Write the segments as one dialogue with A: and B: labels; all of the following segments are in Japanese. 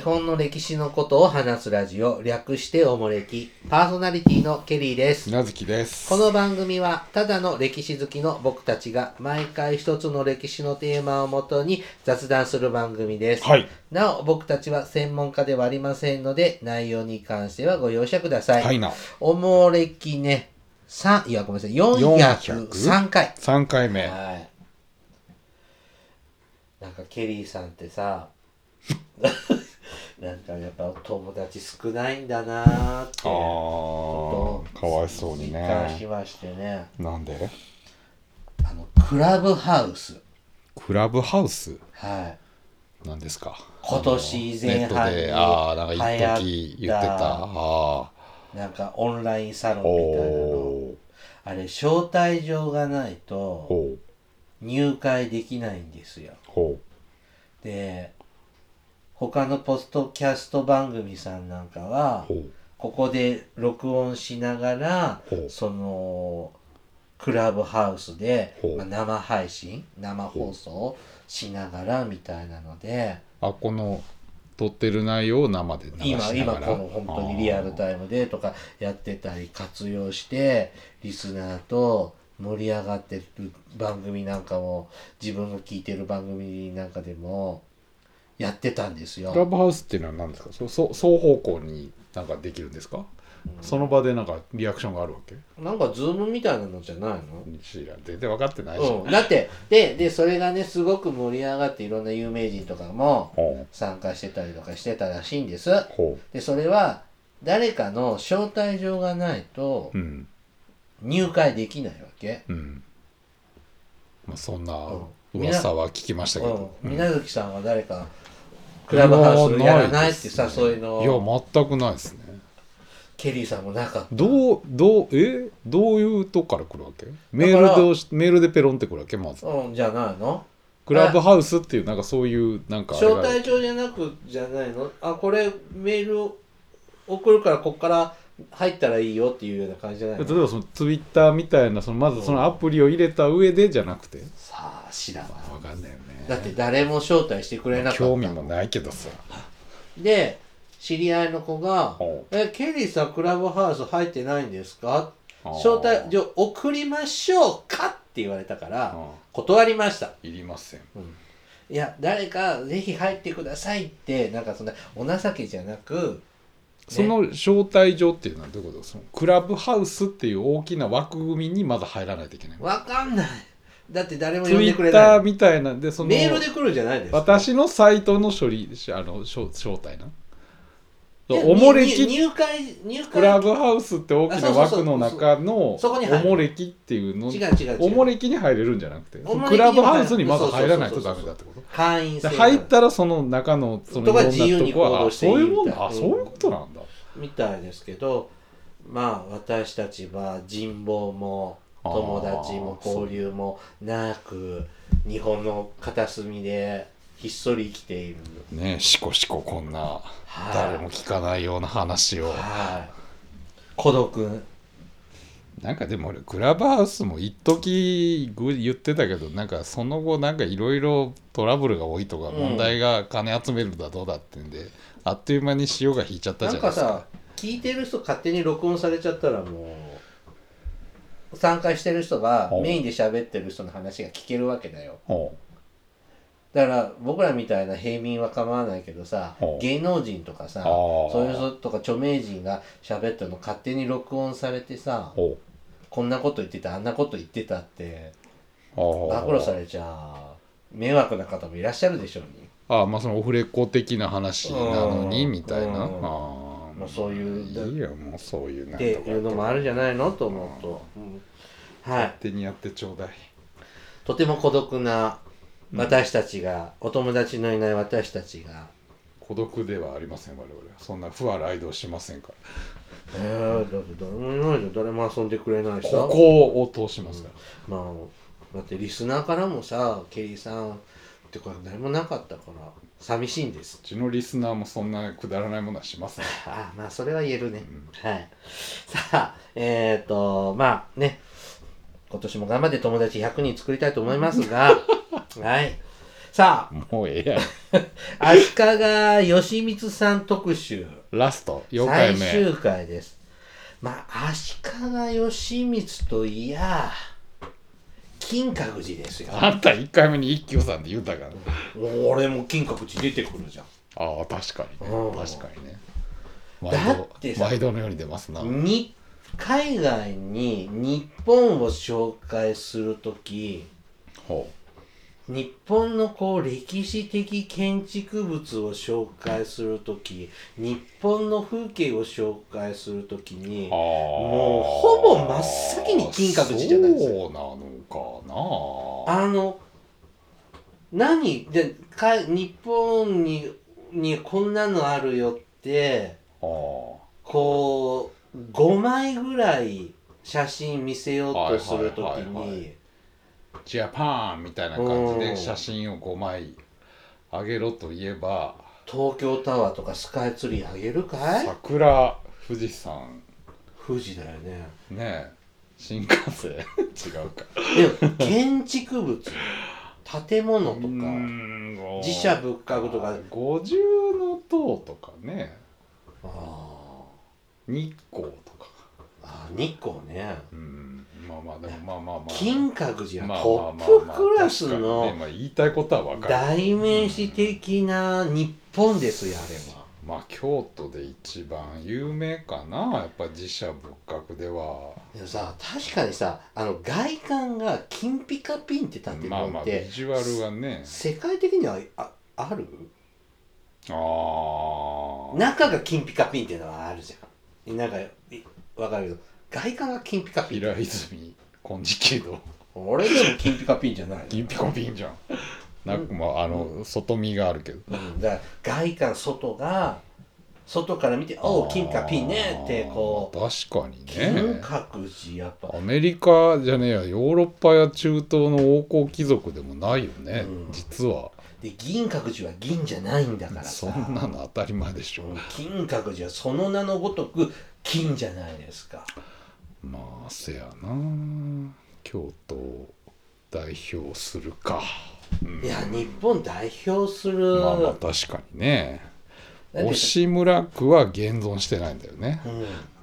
A: 本の歴史のことを話すラジオ、略しておもれき、パーソナリティのケリーです。
B: なずきです。
A: この番組は、ただの歴史好きの僕たちが、毎回一つの歴史のテーマをもとに雑談する番組です。
B: はい。
A: なお、僕たちは専門家ではありませんので、内容に関してはご容赦ください。
B: はいな。
A: おもれきね、3、いや、ごめんなさい、403回。
B: 3回目。
A: はい。なんかケリーさんってさ、 なんかやっぱ友達少ないんだなーって
B: あー、かわいそうに
A: 実感し
B: ね。
A: ましてね。
B: なんで
A: あのクラブハウス、
B: クラブハウス
A: はい。
B: なんですか。
A: 今年前
B: あの
A: 半
B: ネット
A: に
B: で、あー、なんか一時
A: 流
B: 言
A: 行
B: っ
A: ってた
B: た。あ
A: なんかオンラインサロン
B: ー。
A: みたいなの。
B: お
A: あれ招待状がない
B: ー。
A: と
B: ほう。
A: 入会できないんですよ。
B: ほ
A: で、他のポストキャスト番組さんなんか
B: う。
A: は、
B: ほう。
A: ここで録音しながら
B: ほう
A: そのクラブハウスで
B: ほ、う
A: まあ、生配信生放送をしながらみたいなので
B: あ、この、撮ってる内容を生で流しな
A: 今今こ
B: がら。
A: の本当にリアルタイムでとかやってたり活用してリスナーと盛り上がってる番組なんかも自分が聞いてる番組なんかでもやってたんです
B: あークラ
A: よ。
B: ブハウスっていうのは何ですかそそ双方向になんかできるんですか、その場でなんかリアクションがあるわけ
A: なんかズームみたいなのじゃないの
B: 知らん全然分かってないし、
A: うん、だってででそれがねすごく盛り上がっていろんな有名人とかも
B: ほう
A: 参加してたりとかしてたらしいんです
B: ほ
A: でそれは誰かの招待状がないと
B: ううん
A: 入会できないわけ、
B: うんまあそんな
A: うんみな
B: 噂は聞きましたけど、
A: うん、水無月さんは誰かクラブハウスやらないってさそういうの
B: いや全くないですね
A: ケリーさんもなんか
B: どうどうえどういうとこから来るわけメールで押しメールでペロンって来るわけまず
A: うんじゃないの
B: クラブハウスっていうなんかそういうなんかあれ
A: 招
B: が
A: 待状じゃなくじゃないのあこれメール送るからこっから入ったらいいよっていうような感じじゃないの
B: 例えばそのツイッターみたいなそのまずそのアプリを入れた上でじゃなくて
A: さあ知らんわ
B: 分かんないよね
A: だって誰も招待してくれなかった
B: 興味もないけどさ
A: で知り合いの子が
B: お
A: 「えケリーさんクラブハウス入ってないんですか?」招待状送りましょうかって言われたから
B: あ
A: 断りました
B: いりません
A: いや誰かぜひ入ってくださいってなんかそんなお情けじゃなく
B: その招待状っていうのはどういうことそのクラブハウスっていう大きな枠組みにまだ入らないといけない
A: わかんないだって誰も呼
B: ツ
A: ん
B: イ
A: でくれ
B: ッタ
A: な
B: ーみたいなんでそ
A: い
B: の
A: メールで来るんじゃないですか
B: 私のサイトの処理あの招招待ない
A: や
B: おもれ
A: に
B: き
A: 入会入会
B: クラブハウスって大きな
A: あそうそうそ
B: 枠
A: う
B: の中のお
A: そこに入る
B: もれきっていうの
A: 違う違う違う
B: おもれきに入れるんじゃなくて
A: おもれきにも入る
B: クラブハウスにまず入らないとダメだってこと
A: 会員
B: で
A: 制
B: 入ったらその中のそ
A: と
B: のいろ
A: か
B: んな
A: 自由に
B: とこ
A: 行動
B: はあ
A: していい
B: そういうもん
A: みたい
B: だ
A: な
B: あそういうことなんだ
A: みたいですけどまあ私たちは人望も
B: あー
A: 友達も交流もなく日本の片隅でひっそり生きている
B: ねえしこしここんな
A: はい
B: 誰も聞かないような話を
A: はい孤独
B: なんかでも俺クラブハウスも一時ぐ言ってたけどなんかその後なんかいろいろトラブルが多いとか
A: うん
B: 問題が金集めるだどうだってんで、あっという間に潮が引いちゃった
A: な
B: じ
A: ん
B: ゃない
A: か
B: ですか
A: さ聞いてる人勝手に録音されちゃったらもう参加してる人が
B: ほう
A: メインで喋ってる人の話が聞けるわけだよ
B: ほ
A: だから僕らみたいな平民は構わないけどさ
B: ほう
A: 芸能人とかさ
B: あー
A: そういう人とか著名人が喋ったの勝手に録音されてさ
B: うほ
A: こんなこと言ってたあんなこと言ってたって
B: うほう
A: 暴露されちゃ迷惑な方もいらっしゃるでしょうに、
B: ああまあそのオフレコ的な話なのに
A: うん
B: みたいな
A: う
B: あ
A: ん
B: あ
A: まあ、そういうだ
B: いいよもうそういうなん
A: っ
B: と
A: て
B: か
A: いうのもあるじゃないのと思うと、うんはい
B: 勝手にやってちょうだい
A: とても孤独な私たちが、お友達のいない私たちが、
B: 孤独ではありません我々はそんな不和ライドしませんから
A: えー、だって誰もいないじゃん誰も遊んでくれないしさ
B: ここを通しますから、
A: まあだってリスナーからもさケリーさんってこれ何もなかったから寂しいんです
B: うちのリスナーもそんなくだらないものはしません
A: あまあそれは言えるね、はい さあえっ、ー、とまあね今年も頑張って友達100人作りたいと思いますがはいさ
B: もうええやろ
A: あ、足利義満さん特集、
B: ラスト4回
A: 最
B: 目
A: 終回です。まあ、足利義満といや、金閣寺ですよ。
B: あんた1回目に一休さんって言うたから
A: 俺も金閣寺出てくるじゃん。
B: ああ確かに
A: う
B: ね
A: ん
B: 確かにね
A: だ
B: 毎度
A: ってさ
B: 毎度のように出ますな
A: に海外に日本を紹介するとき
B: ほ
A: 日本のこう歴史的建築物を紹介するとき日本の風景を紹介するときに
B: うも
A: もうほぼ真っ先に金閣寺じゃないですか
B: そうなのかな
A: あの何でか日本ににこんなのあるよって
B: ああ
A: こう5枚ぐらい写真見せようとするとき
B: はいはいはいはい
A: に。
B: ジャパンみたいな感じ
A: うん
B: で写真を5枚あげろといえば
A: 東京タワーとかスカイツリーあげるかい
B: 桜富士山
A: 富士だよね
B: ねえ新幹線 違うか
A: でも建築物建物とか
B: うーんご
A: 寺社仏閣とか
B: 五重の塔とかね
A: あ
B: 日光とか
A: あ日光ね
B: うんまあまあでもまあまあまあ
A: 金閣寺
B: ま
A: は
B: あ
A: ト
B: まあまあ
A: ップクラス
B: まあ確かに
A: の
B: ねまあ言いたいことは分かる
A: 代名詞的な日本ですよあれは
B: まあ京都で一番有名かなやっぱ寺社仏閣では
A: でもさ確かにさあの外観が金ピカピンって建
B: まあ
A: 物
B: まあ
A: っ
B: ビ
A: て
B: ジュアルがね
A: 世界的にはあある
B: ああ
A: 中が金ピカピンっていうのはあるじゃんなんかいわかるけど外観が金ピカピン
B: 平泉金色堂
A: 俺でも金ピカピンじゃない、
B: 銀ピコピンじゃんなんかまああの外見があるけど
A: うん、だから外観外が外から見て「おお金ピカピンね」ってこう
B: あー確かに
A: 金
B: ね
A: 閣寺やっぱ、
B: アメリカじゃねえやヨーロッパや中東の王侯貴族でもないよね、
A: うん
B: 実は
A: で銀閣寺は銀じゃないんだから
B: そ
A: さ
B: んなの当たり前でしょ、
A: うん金閣寺はその名のごとく金じゃないですか
B: まあせやな京都を代表するか、うん
A: いや日本代表する、
B: まあまあ確かにね
A: だって
B: 押村区は現存してないんだよね、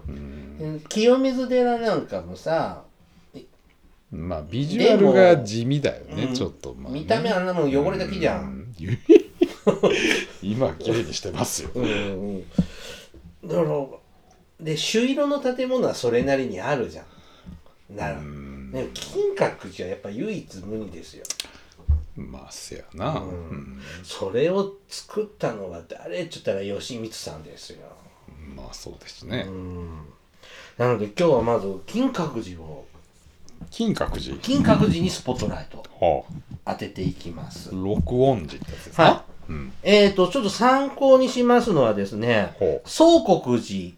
A: うん清水寺なんかもさ
B: まあビジュアルが
A: でも
B: 地味だよね、
A: うん
B: ちょっとまあね、
A: 見た目あんなもん汚れた木じゃ
B: うんん今綺麗にしてますよ
A: うんうんうんだからで朱色の建物はそれなりにあるじゃんなら
B: う
A: で
B: ん
A: も金閣寺はやっぱ唯一無二ですよ
B: まあせやな、
A: うん
B: うん
A: それを作ったのは誰っちゅったら義満さんですよ
B: まあそうですね、
A: うんなので今日はまず金閣寺を
B: 金閣寺
A: 金閣寺にスポットライトを
B: はあ
A: 当てていきます
B: 録音寺ってやつですか、
A: は
B: うん、
A: いえっ、ー、とちょっと参考にしますのはですね
B: ほう
A: 宗国寺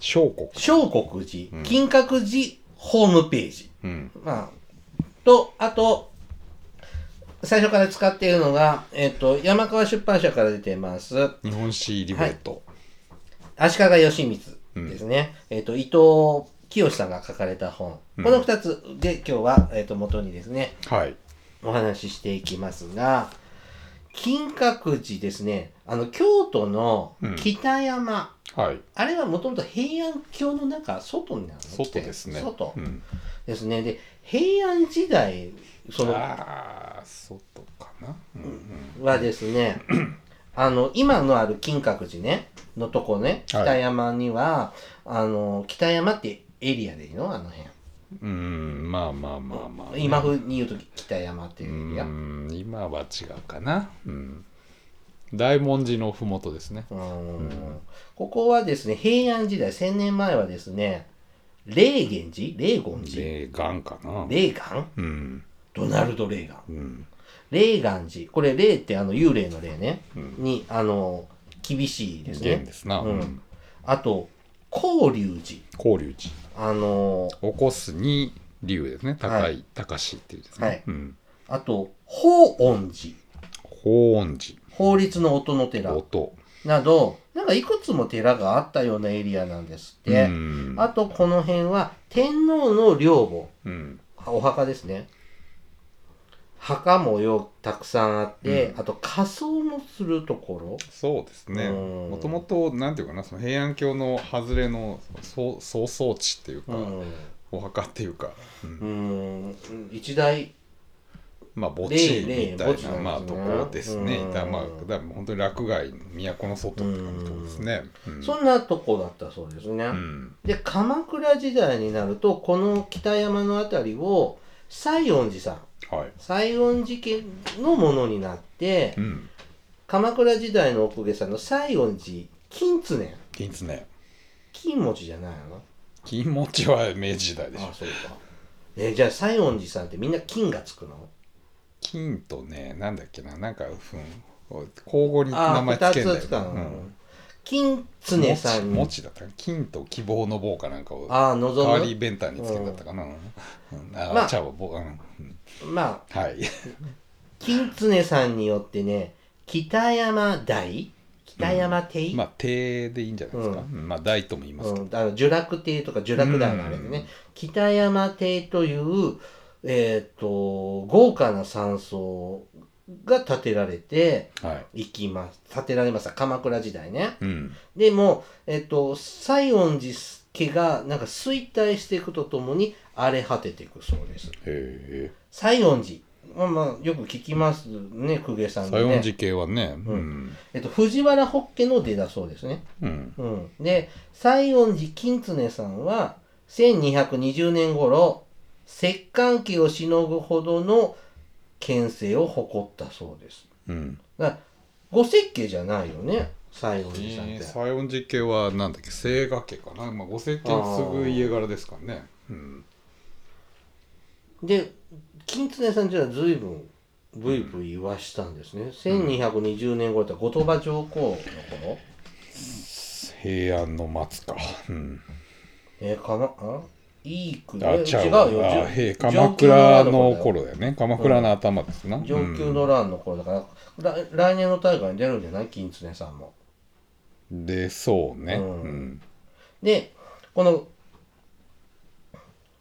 B: 小国、
A: 小国
B: う
A: 寺
B: ん
A: 金閣寺ホームページ
B: うん、
A: まあ、と、あと、最初から使っているのが、えっ、と、山川出版社から出てます、
B: 日本史リベート、
A: 足利義満ですね。えっ、と、伊藤清さんが書かれた本。
B: うん
A: この二つで今日は、えっ、と、元にですね、
B: はい、
A: お話ししていきますが、金閣寺ですね、あの、京都の北山、
B: はい
A: あれはもともと平安京の中、外になるの
B: 外ですね
A: 外
B: うん、
A: ですね。で、平安時代、その、
B: ああ外かな、うんうん
A: はです ねあの今のある金閣寺ねのとこね
B: はい
A: 北山には、あの北山ってエリアでいいのあの辺、
B: うん、まあまあまあまあ、
A: 今風に言うと北山っていうエリア、
B: う
A: うん
B: 今は違うかな、うん、大文字のふもとですね
A: ーんここはですね平安時代1000年前はですね霊源寺霊厳寺
B: 霊眼かな
A: 霊岩
B: うん
A: ドナルド・レーガン
B: うん
A: 霊岩寺これ霊ってあの幽霊の霊ね、
B: うん
A: にあの厳しいです
B: 源
A: ね
B: ですな、
A: う
B: うんん、
A: あと法隆寺
B: 法隆寺
A: あの
B: 起こすに竜ですね高い、
A: はい
B: 高しっていうですね、
A: はい
B: うん、
A: あと、法音寺、
B: 法音寺
A: 法律の音の寺
B: 音
A: など、なんかいくつも寺があったようなエリアなんですっ
B: う
A: て。
B: ん
A: あと、この辺は天皇の陵
B: うん
A: 墓、お墓ですね。墓もよたくさんあって、あと仮装もするとこ
B: そうですね
A: うん
B: もともとなんていうかなその平安京の外れのそうそう装置っていうか、
A: ろ、うん
B: お墓っていうか、うん
A: うん、一大
B: まあ墓
A: ね
B: 地
A: え
B: みたい
A: ねえ墓地なですね
B: なんまあところですね、
A: うん
B: いたまあだから本当に落外都の外って感じですね、うん
A: そんなとこだったそうですね、
B: うん
A: で鎌倉時代になるとこの北山の辺りを西園寺さん
B: はい
A: 西園寺家のものになって
B: うん
A: 鎌倉時代のお公家さんの西園寺金常
B: 金ですね
A: 金持ちじゃないの
B: 金持ちは明治時代でし
A: あ
B: ょ
A: そうか、ね、じゃあ西園寺さんってみんな金がつくの
B: 金とねなんだっけななんかうん交互に名
A: あ
B: 前
A: 二
B: つけんだ
A: つ
B: よ
A: つかの、
B: うん
A: 金常さん
B: も
A: に
B: ちだったかな金と希望の棒かなんかを
A: ああ
B: 代わ
A: 望
B: り
A: む
B: 弁ンタにつけんだったかな、うんあ、
A: まあ
B: ちゃうわ棒うんうん
A: まあ
B: はい
A: 金常さんによってね北山台北山亭、
B: まあ帝でいいんじゃないですか、
A: う
B: うんまあ大とも言います
A: う
B: けど、
A: ん、あの聚楽亭とか聚楽団があれでね、
B: うん
A: 北山亭という、えー、と豪華な山荘が建てられて
B: はい
A: いきます建てられました鎌倉時代ね
B: うん
A: でも、えっと西園寺家がなんか衰退していくとともに荒れ果てていくそうです
B: へえ
A: 西園寺まあまあよく聞きますね公家さん
B: 西
A: で
B: 園
A: ね
B: 寺系はねうん、
A: えっと藤原北家の出だそうですね
B: うん
A: うん、で西園寺金常さんは1220年頃摂関家をしのぐほどの権勢を誇ったそうです
B: うん
A: だからご設計じゃないよね西園
B: え
A: 寺さんって
B: ー、、西園寺家はなんだっけ清賀家かな、まあ、ご政権継ぐ家柄ですからねうん
A: で金常さんじゃあ随分ブイブイ言わしたんですね、1220年頃って後鳥羽上皇の頃、
B: 平安の末かうん
A: えー、かまあいい国
B: あ
A: え
B: 違
A: 違う
B: うわ
A: よ
B: あ
A: じゅ
B: へ鎌倉の
A: 上級
B: 頃だよね鎌倉の頭ですな、
A: 上級の乱の頃だから、ら来年の大会に出るんじゃない金常さんも。
B: うんでそうね、
A: う
B: うんん
A: でこの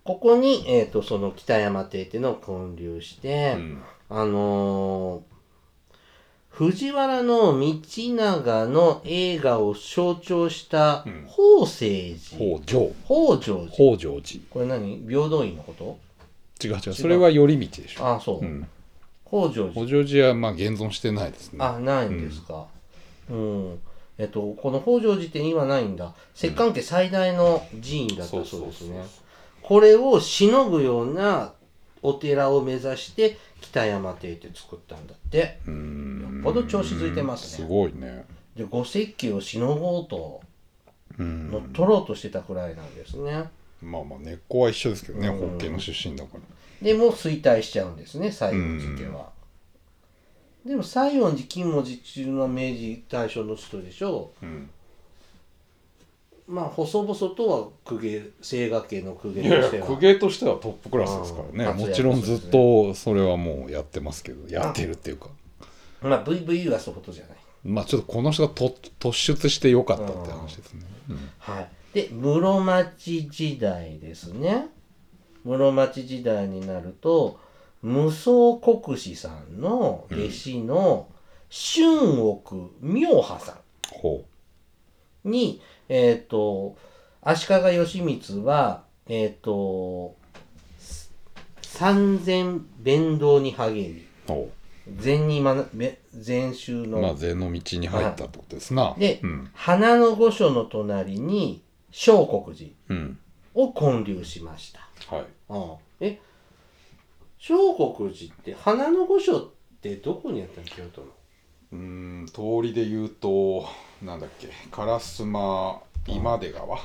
A: ここに、えー、とその北山亭っていうのを建立して、
B: うん
A: あのー藤原の道長の映画を象徴した
B: うん
A: 法政寺、
B: 北条
A: 法城寺
B: 北条寺
A: これ何平等院のこと
B: 違う違うそれは頼道でしょ、
A: あそう、
B: うん、
A: 北条寺
B: 北条寺はまあ現存してないですね
A: あないんですか。うん。えっと、この北条寺って今ないんだ。摂関家最大の寺院だったそうですね。これをしのぐようなお寺を目指して北山亭って作ったんだって。
B: うん
A: よっぽど調子づいてます
B: す
A: ね。
B: ごいね
A: で、五石器をしのごうと
B: うん
A: 乗っ取ろうとしてたくらいなんですね。
B: まあまあ根っこは一緒ですけどね、
A: うん
B: 法系の出身だから。
A: でもう衰退しちゃうんですね西園寺家は、でも西園寺金文字っていうのは明治大正の人でしょ
B: うん、
A: まあ細々とは公家清賀系の公家と
B: いや
A: して
B: いや、
A: は
B: 公家としてはトップクラスですから
A: う
B: ね。
A: ん
B: もちろんずっとそれはもうやってますけど、やってるっていうか。
A: まあ VV はそういうことじゃない
B: まあちょっとこの人がと突出してよかったって話ですね。うん
A: はいで室町時代ですね室町時代になると無双国士さんの弟子の春奥明波さん
B: ほ
A: に、えっ、と、足利義満は、えっ、と、三千弁道に励み、
B: う。ほ
A: 禅に学べ、禅宗
B: う。まあ
A: の、
B: 禅の道に入ったってことですな。
A: で
B: うん。
A: 花の御所の隣に、小国寺
B: うん。
A: を建立しました。
B: はい。
A: うん、え、小国寺って、花の御所ってどこにあったの京都の。
B: うーん、通りで言うと、なんだっけ、烏丸今出川。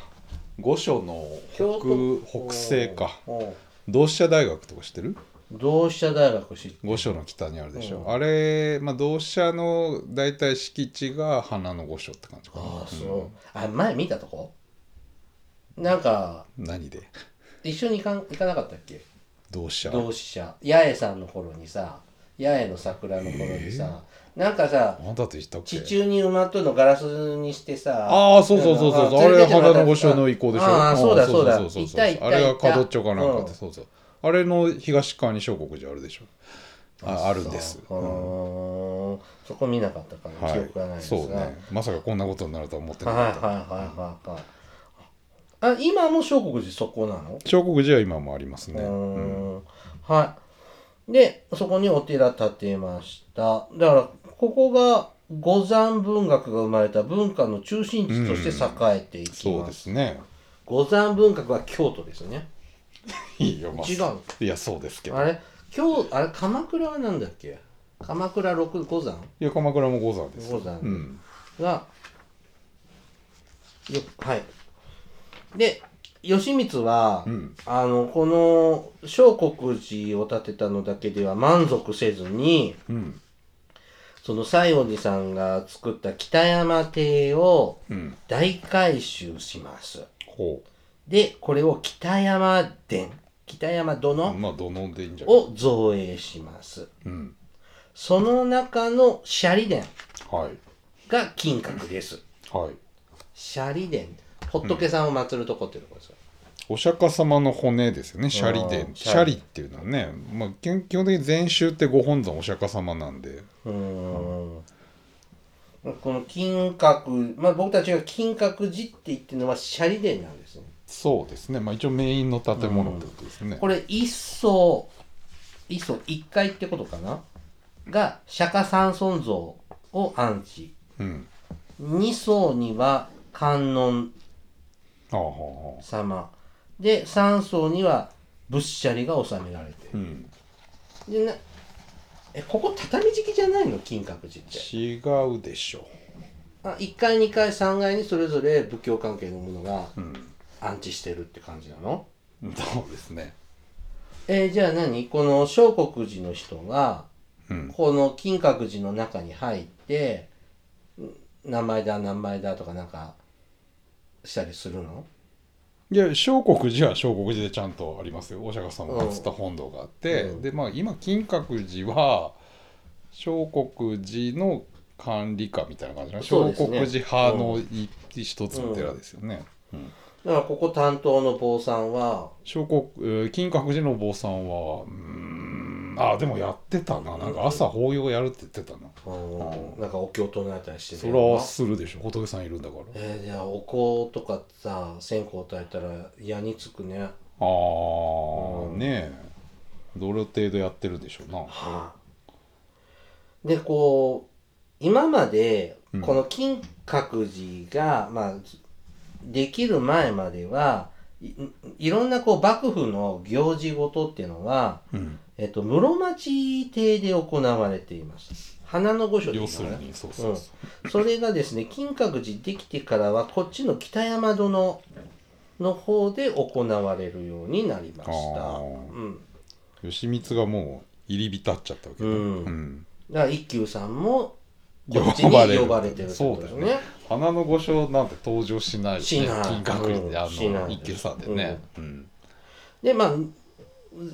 B: 御所の
A: 京都
B: 北北西か。。
A: うん
B: 同志社大学とか知ってる
A: 同志社大学知って
B: 御所の北にあるでし
A: う
B: ょ、
A: ん
B: あれ、まあ、同志社の大体敷地が花の御所って感じかな
A: ああそう、あ前見たとこなんか
B: うん何で
A: 一緒に行かん行かなかったっけ
B: 同志社
A: 同志社八重さんの頃にさ八重の桜の頃にさ、なんかさ
B: あなたと言ったっけ
A: 地中に埋まっとるのガラスにしてさ
B: ああそうそうそうそうそうあれ花の御所の意向でしょ
A: ああそうだそうだ
B: そうそう
A: 行
B: そ
A: っ
B: うそう
A: た
B: あ
A: 行
B: れが
A: った
B: 角っちょかなんかで、
A: うん
B: そうそうあれの東側に小国寺あるでしょああるんです、
A: そううーんそこ見なかったから、
B: は
A: 記憶がない
B: い、
A: ですが。
B: そうねまさかこんなことになるとは思ってな
A: はい
B: か
A: は
B: っ
A: い
B: た、
A: はいはい。あ、今も小国寺そこなの、
B: 彫刻寺は今もあります
A: う
B: ね、
A: ー
B: うん
A: ん。はい。で、そこにお寺建てました。だから、ここが五山文学が生まれた文化の中心地として栄えていき
B: そう
A: ま。
B: ですすね
A: 五山文学は京都ですね。
B: いいよ、まあ、
A: 違う
B: いやそうですけど
A: あれ今日、あれ、鎌倉はなんだっけ鎌倉六五山
B: いや鎌倉も五山です
A: 五山
B: うん
A: が、よはい。で、義満は、
B: うん
A: あの、この、小国寺を建てたのだけでは満足せずに、
B: うん
A: その西園寺さんが作った北山邸を
B: うん
A: 大改修します。
B: こ
A: で、これを北山殿、北山
B: う
A: 殿
B: まあ土のうでいいんじゃない
A: を造営します。
B: うん
A: その中のシャリ殿
B: はい
A: が金閣です。
B: はい
A: シャリ殿。仏さんを祀るとこっていうとこですよ。
B: お釈迦様の骨ですよねシャリで
A: うん
B: シャリっていうのはね、まあ、基基本的に禅宗ってご本尊お釈迦様なんで
A: うーんこの金閣、まあ、僕たちが金閣寺って言ってるのはシャリ殿なんですね。
B: そうですねまあ一応メインの建物ってことですね、
A: これ一層、一層一階ってことかなが釈迦三尊像を安置。
B: うん
A: 二層には観音
B: ああはあ
A: 様。で、三層には仏舎利が収められて
B: う。ん、
A: でなえ、ここ畳敷きじゃないの金閣寺って。
B: 違うでしょ
A: あ1階、2階、3階にそれぞれ仏教関係のものが
B: う、うん、
A: 安置してるって感じなの
B: そうですね
A: えーじゃあ何この小国寺の人が、
B: うん
A: この金閣寺の中に入ってん名前だ名前だとかなんかしたりするの
B: いや小国寺は小国寺でちゃんとありますよお釈迦様が祀った本堂があって、
A: うん
B: でまあ今金閣寺は小国寺の管理下みたいな感じな、
A: そう
B: 小
A: ですね
B: 国寺派のい一つの寺ですよね、うん
A: だからここ担当の坊さんは
B: 小国えー金閣寺のお坊さんはうーんあでもやってたななんか朝法要やるって言ってたな、
A: あのなんかお経唱えたりして
B: そ
A: る
B: れ
A: よ
B: はするでしょ仏さんいるんだから
A: なえー、じゃあお香とかさ線香焚いたら矢につくねは
B: あー、
A: うん
B: ねえどれ程度やってるでしょうな
A: あでこう今まで
B: うん
A: この金閣寺が、まあ、できる前まではいいろんなこう幕府の行事事っていうのは、
B: うん
A: えっと、室町邸で行われています。花の御所で
B: 要
A: す
B: す
A: ね
B: るにそうそうそう、
A: うん、それがですね金閣寺できてからはこっちの北山殿の方で行われるようになりまし
B: あ
A: た。
B: ー
A: うん、
B: 吉光がもう入り浸っちゃったわけだ、
A: うん
B: ん
A: だから一休さんもこ
B: 呼
A: っちに
B: ばれる
A: 呼ばれてるってことです
B: そうだよ
A: ね。
B: 花の御所なんて登場しない
A: しない
B: 金閣
A: う
B: 寺
A: ん
B: であ
A: しない
B: の一休さんでね、うん
A: でまあ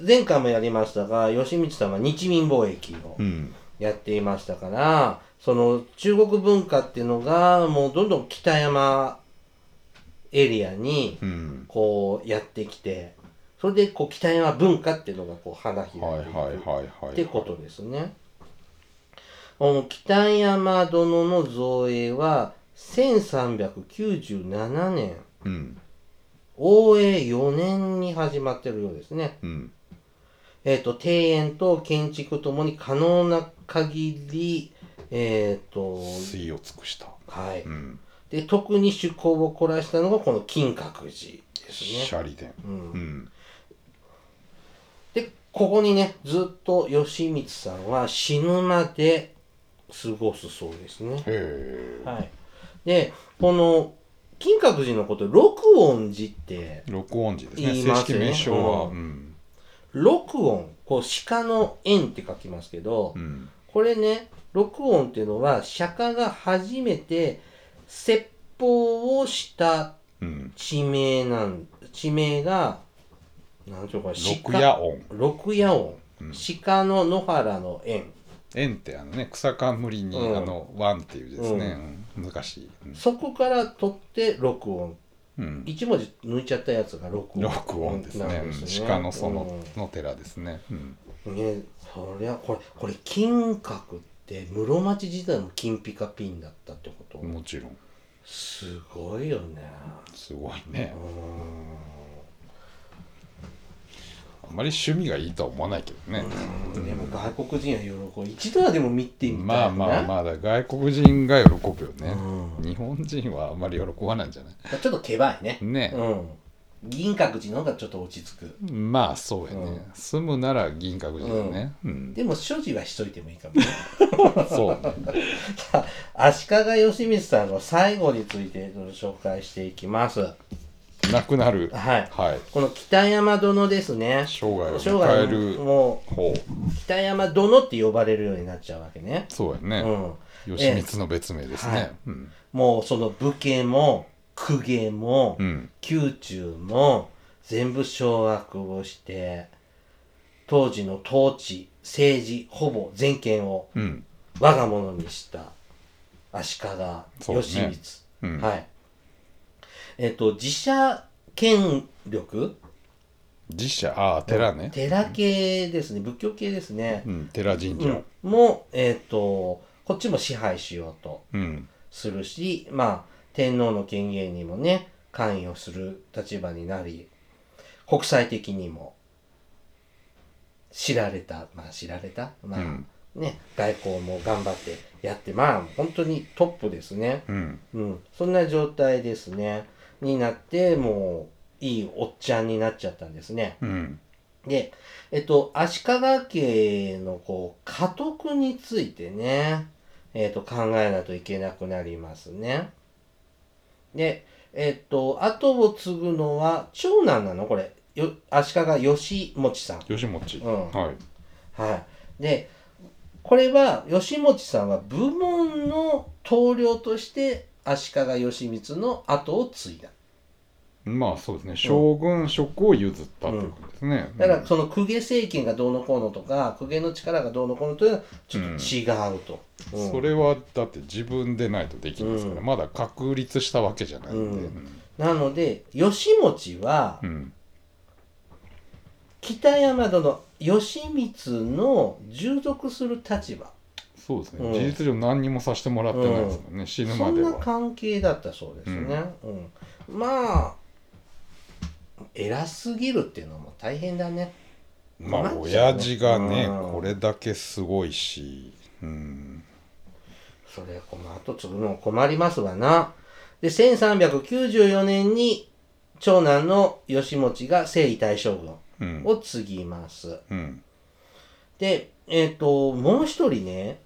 A: 前回もやりましたが義満さんは日民貿易を
B: うん
A: やっていましたから、その中国文化っていうのがもうどんどん北山エリアに
B: うん
A: こうやってきてそれでこう北山文化っていうのがこう花開いていく
B: はいはいはいはい
A: ってことですね。うん北山殿の造営は1397年
B: うん
A: 応永4年に始まってるようですね。
B: うん
A: えっ、と、庭園と建築ともに可能な限り、えっ、と、
B: 水を尽くした、
A: はい。
B: うん、
A: で、特に趣向を凝らしたのがこの金閣寺ですね。
B: シャリ殿
A: うん
B: うん
A: で、ここにね、ずっと吉光さんは死ぬまで過ごすそうですね
B: へ。え
A: はい。で、この、金閣寺のこと、六音寺って、
B: 録音寺ですね
A: 言い
B: 正
A: ます
B: 式
A: よね
B: 名称は、
A: う
B: うん
A: 六音、こう、鹿の円って書きますけど、
B: うん、
A: これね、録音っていうのは、釈迦が初めて説法をした
B: うん、
A: 地名なん、地名が、なんていうのかな、
B: 六夜音
A: 六夜音。鹿の野原の縁。
B: 円ってあのね草冠に、
A: うん
B: あのワンっていう字ですね、うん難しい、うん
A: そこから取って録音。
B: うん、
A: 一文字抜いちゃったやつが録音。
B: 六音ですね
A: なん
B: うん鹿の園
A: うん
B: の寺ですね、うん
A: ねそりゃこれこれ金閣って室町時代も金ピカピンだったってこと、
B: もちろん
A: すごいよね
B: すごいね
A: う
B: あんまり趣味がいいとは思わないけどね、
A: んでも外国人は喜ぶ一度はでも見てみたい
B: まあまあ
A: あ
B: まあだ外国人が喜ぶよね、
A: うん
B: 日本人はあんまり喜ばないんじゃない
A: ちょっとけばいね
B: ね、
A: うん銀閣寺の方がちょっと落ち着く
B: まあそうやね、
A: うん
B: 住むなら銀閣寺だよね、うん
A: でも所持はしといてもいいかもね
B: そうね
A: 足利義満さんの最後について紹介していきます
B: なくなる
A: はい
B: はい
A: この北山殿ですね
B: 生涯を
A: 生
B: 迎え
A: 涯
B: る
A: も
B: 方
A: う北山殿って呼ばれるようになっちゃうわけね
B: そうや
A: う
B: ね、
A: ん
B: 義満の別名ですね、
A: はい
B: うん
A: もうその武家も公家も
B: うん
A: 宮中も全部掌握をして当時の統治政治ほぼ全権を
B: うん
A: 我が物にした足利
B: そうね
A: 義満、
B: うん
A: はいえっ、と自社権力
B: 寺社ああ寺ね、
A: 寺系ですね仏教系ですね
B: う、ん、寺神
A: う
B: 社
A: ん、もうえっ、とこっちも支配しようと
B: うん
A: するしまあ天皇の権限にもね関与する立場になり国際的にも知られたまあ知られたまあ、
B: うん
A: ね外交も頑張ってやってまあ本当にトップですね
B: うん
A: うんそんな状態ですねになってもういいおっちゃんになっちゃったんですね
B: うん
A: でえっと足利家のこう家督についてね、えっと、考えないといけなくなりますね。でえっと後を継ぐのは長男なのこれよ足利義持さん。
B: 義持、
A: うん
B: はい
A: はい、でこれは義持さんは部門の棟梁として足利義満の後を継いだ。
B: まあそうですね将軍職を譲ったっていうことですね、
A: だからその公家政権がどうのこうのとか公家の力がどうのこうのというのはちょっと違うと。うん
B: それはだって自分でないとできないですから、
A: うん
B: まだ確立したわけじゃないんで、
A: なので義持は
B: うんうん
A: 北山殿義満の従属する立場
B: そうですね、
A: うん
B: 事実上何にもさせてもらってないですもんね、死ぬ
A: そ
B: ま
A: ん
B: で
A: な
B: は
A: 関係だったそうですね、うんまあ偉すぎるっていうのも大変だね
B: まあ
A: 困っちゃうね
B: 親父がね、
A: うん
B: これだけすごいし、うん、
A: それこの後継ぐのも困りますわなで1394年に長男の義持が征夷大将軍
B: うん
A: を継ぎます、
B: うん
A: で、えっ、と、もう一人ね、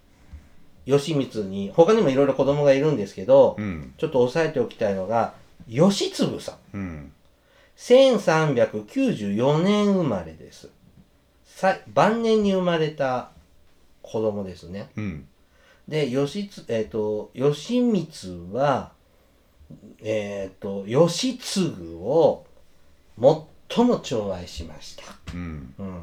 A: 義満に、他にもいろいろ子供がいるんですけど、
B: うん
A: ちょっと押さえておきたいのが、義次さん。
B: うん
A: 1394年生まれです。さ晩年に生まれた子供ですね。
B: うん
A: で、義つ、えっ、と、義満は、えっ、と、義次を最も寵愛しました。
B: うん
A: うん、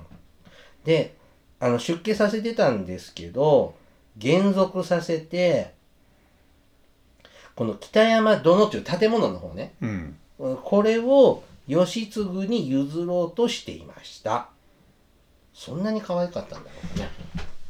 A: であの出家させてたんですけど減俗させてこの北山殿という建物の方ね
B: うん
A: うんこれを義継に譲ろうとしていましたそんなに可愛かったんだろうかね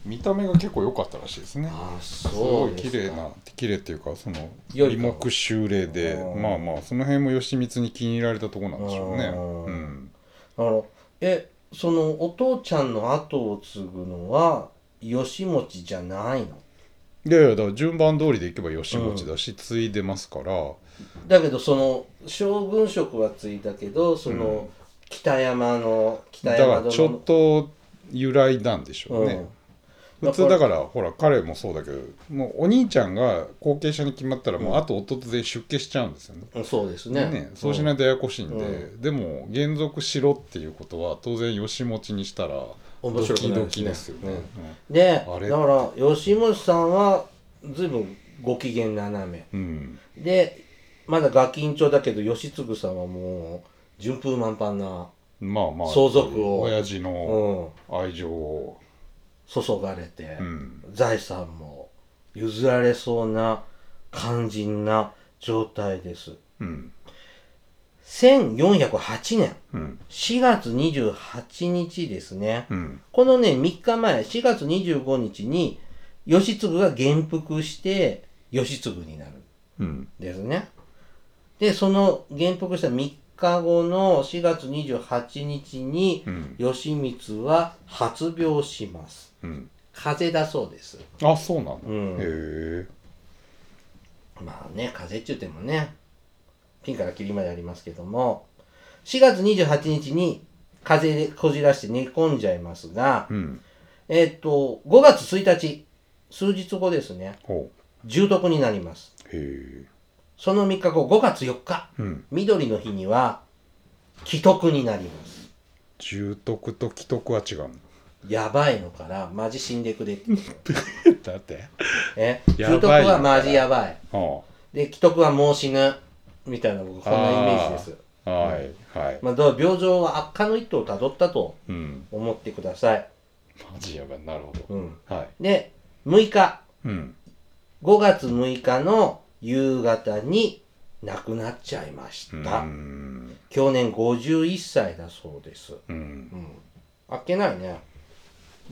B: 見た目が結構良かったらしいですね
A: あ
B: すごい綺麗な綺麗っていうかその
A: 良い
B: 美目秀麗で
A: うん
B: まあまあその辺も義満に気に入られたとこなんでしょうね
A: うん
B: うん
A: あのえそのお父ちゃんの後を継ぐのは義持じゃないの
B: いやいやだから順番通りでいけば義持だし、継いでますから
A: だけどその将軍職はついたけどその、
B: うん
A: 北山の北
B: だか
A: 山
B: らちょっ
A: 殿
B: と由来なんでしょ
A: の、
B: うね、普通だからほら彼もそうだけどもうお兄ちゃんが後継者に決まったらもうあと弟全員出家しちゃうんですよね,、
A: うん、そうですね
B: ねそう
A: な、
B: しないいとややこしいんで、
A: う
B: でも減俗しろっていうことは当然義持にしたら
A: 面
B: ド
A: 白くな
B: キ
A: いですね
B: ドキですよね、
A: うん
B: うん
A: で
B: あれ
A: だから義持さんは随分ご機嫌斜め
B: うん、
A: でまだガキンチョだけど義次さんはもう順風満帆な、
B: まあまあ
A: 相続を
B: 親父の
A: うん、
B: 愛情を、
A: 注がれて、
B: うん
A: 財産も譲られそうな肝心な状態です
B: うん
A: 1408年
B: うん
A: 4月28日ですね。
B: うん
A: このね、3日前、4月25日に、義継が元服して、義継になるん
B: うん
A: ですね。で、その元服した3日後の4月28日に、
B: うん
A: 義満は発病します。
B: うん
A: 風邪だそうです。
B: あそうなんだ、
A: うん
B: へえ
A: まあね、風邪っちゅうてもね、ピンからキリまでありますけども、4月28日に風邪でこじらして寝込んじゃいますが、
B: うん
A: えっと、5月1日、数日後ですね、
B: ほ
A: 重篤になります。
B: うへえ
A: その3日後、5月4日、
B: うん
A: 緑の日には、既得になります。
B: 重篤と既得は違うの
A: やばいのから、マジ死んでくれっ て。
B: だって
A: え
B: や
A: 重篤
B: ばいの
A: はマジやばい。
B: は
A: で、既得はもう死ぬ。みたいな、僕、こんなイメージです。
B: あはいはい
A: まあ、どう病状は悪化の一途をたどったと
B: うん
A: 思ってください。
B: マジやばいなるほど
A: うん、
B: はい
A: で、6日、
B: うん
A: 5月6日の夕方に亡くなっちゃいまし
B: う
A: た。
B: ん
A: 去年51歳だそうです。
B: うん
A: うん。あっけないね。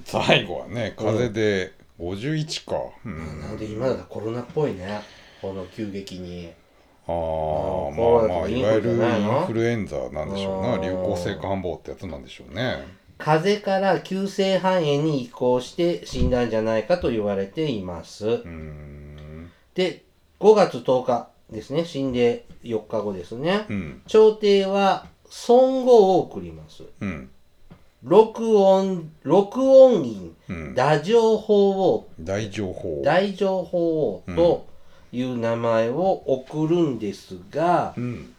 B: 最後はね風で51か、うん
A: なんで今だとコロナっぽいね。この急激に。
B: あ
A: ー
B: あまあまあいわゆるイ
A: コロナとかインフルじゃないの
B: ンフルエンザなんでしょうな
A: うん
B: 流行性感冒ってやつなんでしょうね
A: 風邪から急性肺炎に移行して死んだんじゃないかと言われています
B: う。ーん
A: で、5月10日ですね。死んで4日後ですね
B: う。ん
A: 朝廷は孫号を送ります。
B: うん
A: 録音、録音院、
B: うん
A: 打上法王、
B: 大情報
A: 大乗法王という名前を送るんですが
B: う、ん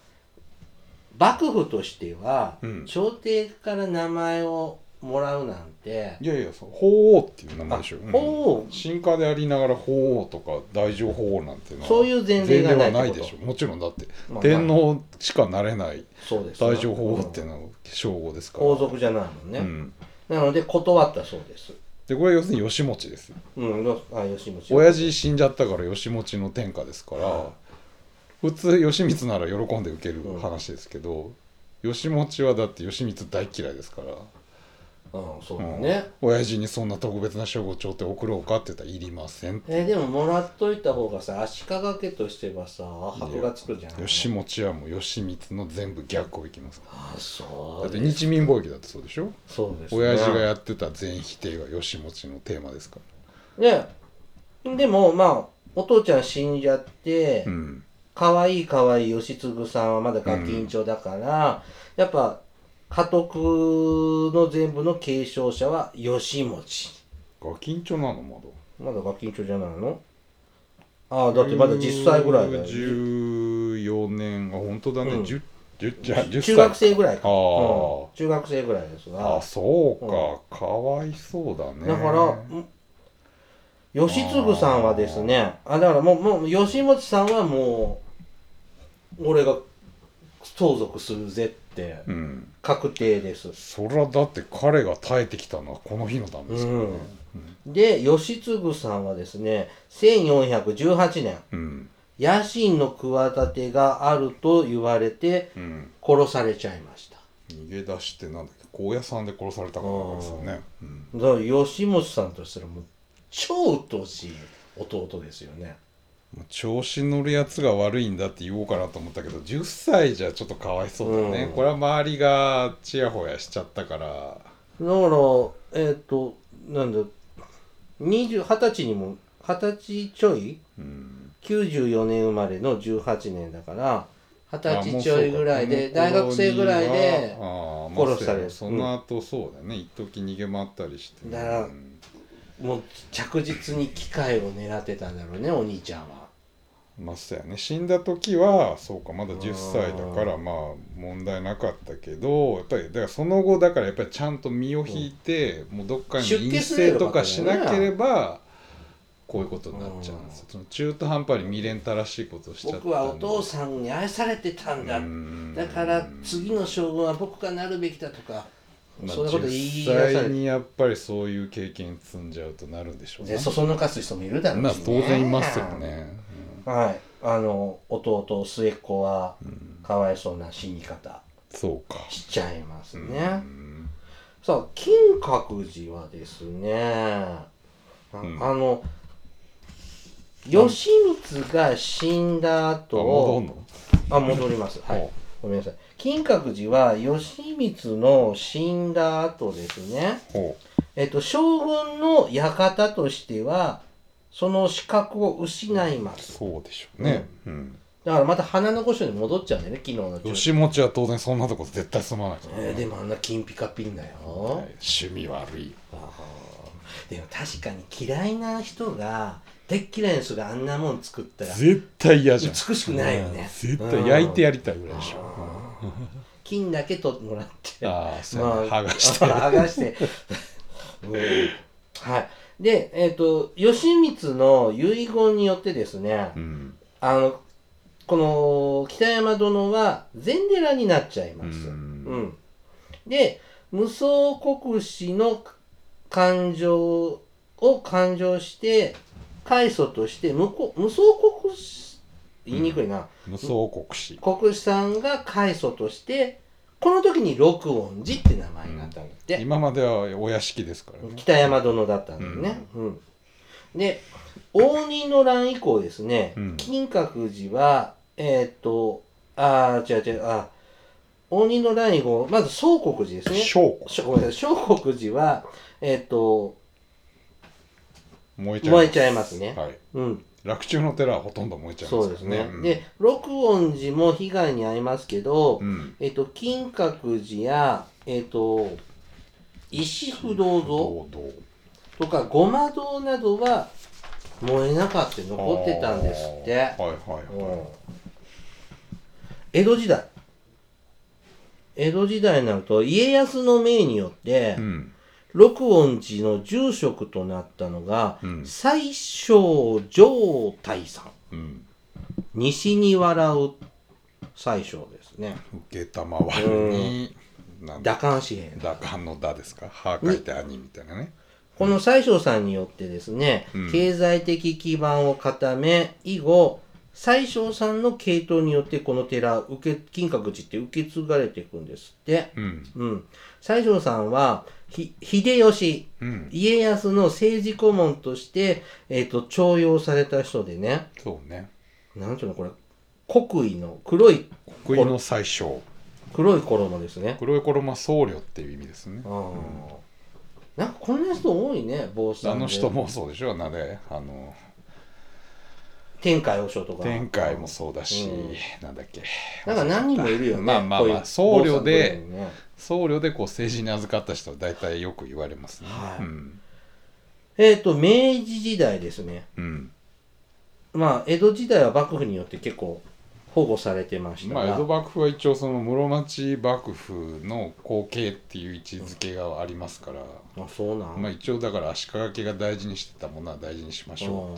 A: 幕府としては
B: うん、
A: 朝廷から名前をもらうなんて、
B: いやいやそう法王っていう名前でしょ
A: あ法
B: う
A: 王
B: ん、進化でありながら法王とか大情法王なんていうのは
A: そういう前例がない
B: 前例はない
A: って
B: で
A: こ
B: しょもちろんだって、
A: まあ
B: 天皇しかなれない
A: そうです。
B: 大乗法っていうのは称号ですから
A: 皇族じゃないもん
B: う
A: ね。
B: ん、
A: なので断ったそうです。
B: でこれ要するに義持ですよ
A: うん、よあ、吉本。
B: 親父死んじゃったから義持の天下ですから、
A: は
B: 普通義満なら喜んで受ける話ですけど、義持はだって義満大嫌いですから、
A: うん、そう
B: う
A: だ
B: ん
A: ね。
B: 親父にそんな特別な称号朝廷送ろうかって言ったらいりません
A: えーでももらっといた方がさ、足利家としてはさ、箔がつくじゃん。
B: 義持はもう義満の全部逆をいきますか
A: あ、
B: ら
A: そ
B: だ
A: う
B: って
A: です。
B: 日民貿易だってそうでしょ
A: そうですね。
B: 親父がやってた全否定が義持のテーマですか
A: ねでもまあお父ちゃん死んじゃって
B: ら、うん
A: 可愛い可愛い吉次さんはまだガキンチョだから、やっぱ家督の全部の継承者は吉持
B: ガキンチョなのまだ
A: まだガキンチョじゃないのああだってまだ10歳ぐらいだよ
B: 14年あ本当だね、
A: うん
B: 10 10じゃ10歳
A: 中学生ぐらいか、
B: あー
A: うん中学生ぐらいです
B: あ
A: が
B: そうか、かわいそうだね
A: だから、ん吉次さんはですね、あだからもう、もう、吉本さんはもう、俺が相続するぜって、
B: うん
A: 確定です。
B: そりゃだって彼が耐えてきたのはこの日のためですからね
A: で、吉次さんはですね、1418年、
B: うん
A: 野心の企てがあると言われて、
B: うん、
A: 殺されちゃいました。
B: 逃げ出してなんだっけ高野山で殺されたからなんですよね、う
A: だ
B: ん
A: から吉本さんとしたらもう、超鬱陶しい弟ですよね。
B: もう調子乗るやつが悪いんだって言おうかなと思ったけど10歳じゃちょっとかわいそうだね、
A: うん
B: これは周りがちやほやしちゃったか
A: だ
B: ら
A: から、えっ、と、なんだ、20、20歳にも、20歳ちょい
B: うん、
A: ?94 年生まれの18年だから、
B: あ
A: 20
B: も
A: 歳
B: う
A: ち
B: そう
A: ょ
B: か
A: いぐらいで、
B: この
A: 大学生ぐらいで
B: 頃、にはあーまあ
A: 殺される
B: そうやなその後そうだよね一時逃げ回ったりしてね、
A: だから
B: うん
A: もう着実に機会を狙ってたんだろうね、お兄ちゃんは。
B: まあそうやね死んだ時はそうかまだ10歳だからまあ問題なかったけどやっぱりだからその後だからやっぱりちゃんと身を引いて、もうどっかに
A: 出家
B: 陰
A: すれ
B: 性
A: ば
B: と
A: よか
B: か
A: った
B: し
A: よね
B: なければこういうことになっちゃうんですよその中途半端に未練たらしいことをしちゃったんで
A: 僕はお父さんに愛されてたんだ。
B: うん
A: だから、次の将軍は僕がなるべきだとか、
B: まあ
A: そんなこと言い出さ
B: 実
A: れ
B: 際
A: て。
B: にやっぱりそういう経験積んじゃうとなるんでしょう
A: で、そそのかす人もいるだろうし、
B: まあ当然いますよ。ね。
A: はい、あの弟末っ子は
B: うん
A: かわいそうな死に方
B: そうか。
A: しちゃいますね。
B: うん
A: さあ金閣寺はですね、あ
B: うん
A: あの義満が死んだ
B: あ、戻ん
A: 後
B: の
A: あ戻りますは
B: お
A: いごめんなさい金閣寺は義満の死んだ後ですね
B: ほ
A: えっと将軍の館としてはその資格を失いま
B: う。
A: す
B: そうでしょうね。うん。
A: だからまた花の御所に戻っちゃうんだよね昨日の中
B: 吉持ちは当然そんなとこ絶対住まないから
A: えーでもあんな金ピカピンだよ、
B: はい趣味悪い。
A: あーでも確かに嫌いな人がでっ嫌いな人があんなもん作ったら
B: 絶対嫌じゃん。
A: 美しくないよね
B: うん絶対焼いてやりたいぐらいでしょ。うん
A: 金だけ取ってもらって
B: ああ、そうね。
A: まあ
B: 剥がし て。
A: 剥がして、うんはいでえっ、と義満の遺言によってですね、
B: うん。
A: あのこの北山殿は禅寺になっちゃいます、
B: う
A: うんんで無双国士の感情を感情して開祖として無こ無双国士言いにくいな、
B: 無双国士。
A: 国士さんが開祖としてこの時に六音寺って名前になったんだって、
B: 今まではお屋敷ですからね。
A: 北山殿だったんだよね。うんで応仁の乱以降ですね、
B: うん
A: 金閣寺はえっ、とああ違う違うあ応仁の乱以降まず宋国寺ですね。
B: 将校。
A: しょごめんなさい宋国寺はえっ、と
B: 燃えちゃいます
A: 燃えちゃいますね。
B: はい。
A: うん、
B: 楽中の寺はほとんど燃えちゃいま
A: そ
B: す
A: う
B: か
A: で
B: ら
A: すね。
B: うん
A: で六音寺も被害に遭いますけど、
B: うん。
A: えっ、と金閣寺やえっ、と石不動像、
B: 堂々
A: とかごま堂などは燃えなかった残ってたんですって
B: あ、ーはいはい
A: うん
B: は
A: 江戸時代江戸時代になると家康の命によって
B: い。うん。
A: 六音寺の住職となったのが
B: うん
A: 最小上大さん
B: うん。
A: 西に笑う最小ですね
B: 受けたまわりに、なんだ
A: 打艦紙幣
B: だかのだですか歯書いて兄みたいなね。
A: この西小さんによってですね、
B: うん
A: 経済的基盤を固め、以後、西小さんの系統によってこの寺、受け金閣寺って受け継がれていくんですって。
B: うん。
A: うん。西小さんは、ひ秀吉、
B: うん。
A: 家康の政治顧問として、えっ、と、徴用された人でね、
B: そうね。
A: なんていうのこれ、国威の黒い、
B: 国威の最小。
A: 黒い衣ですね。
B: 黒い衣は僧侶っていう意味ですね
A: あ。ーなんかこんな人多いね、帽子さ
B: あ
A: んで
B: の人。もそうでしょなんで、あの、
A: 天海和尚とか。
B: 天海もそうだし、
A: うん
B: なんだっけ。
A: なんか何人もいるよね。
B: まあまあ
A: こうい
B: まあ、
A: う
B: 僧侶
A: 坊さんと
B: で、
A: かにね
B: 僧侶でこう政治に預かった人は大体よく言われますね。
A: はい
B: うん。
A: えっ、と、明治時代ですね。
B: うん。
A: まあ、江戸時代は幕府によって結構保護されてました
B: ま
A: が。
B: あ、江戸幕府は一応その室町幕府の後継っていう位置づけがありますから、
A: まあ、そうなん、
B: まあ、一応だから足利家が大事にしてたものは大事にしましょう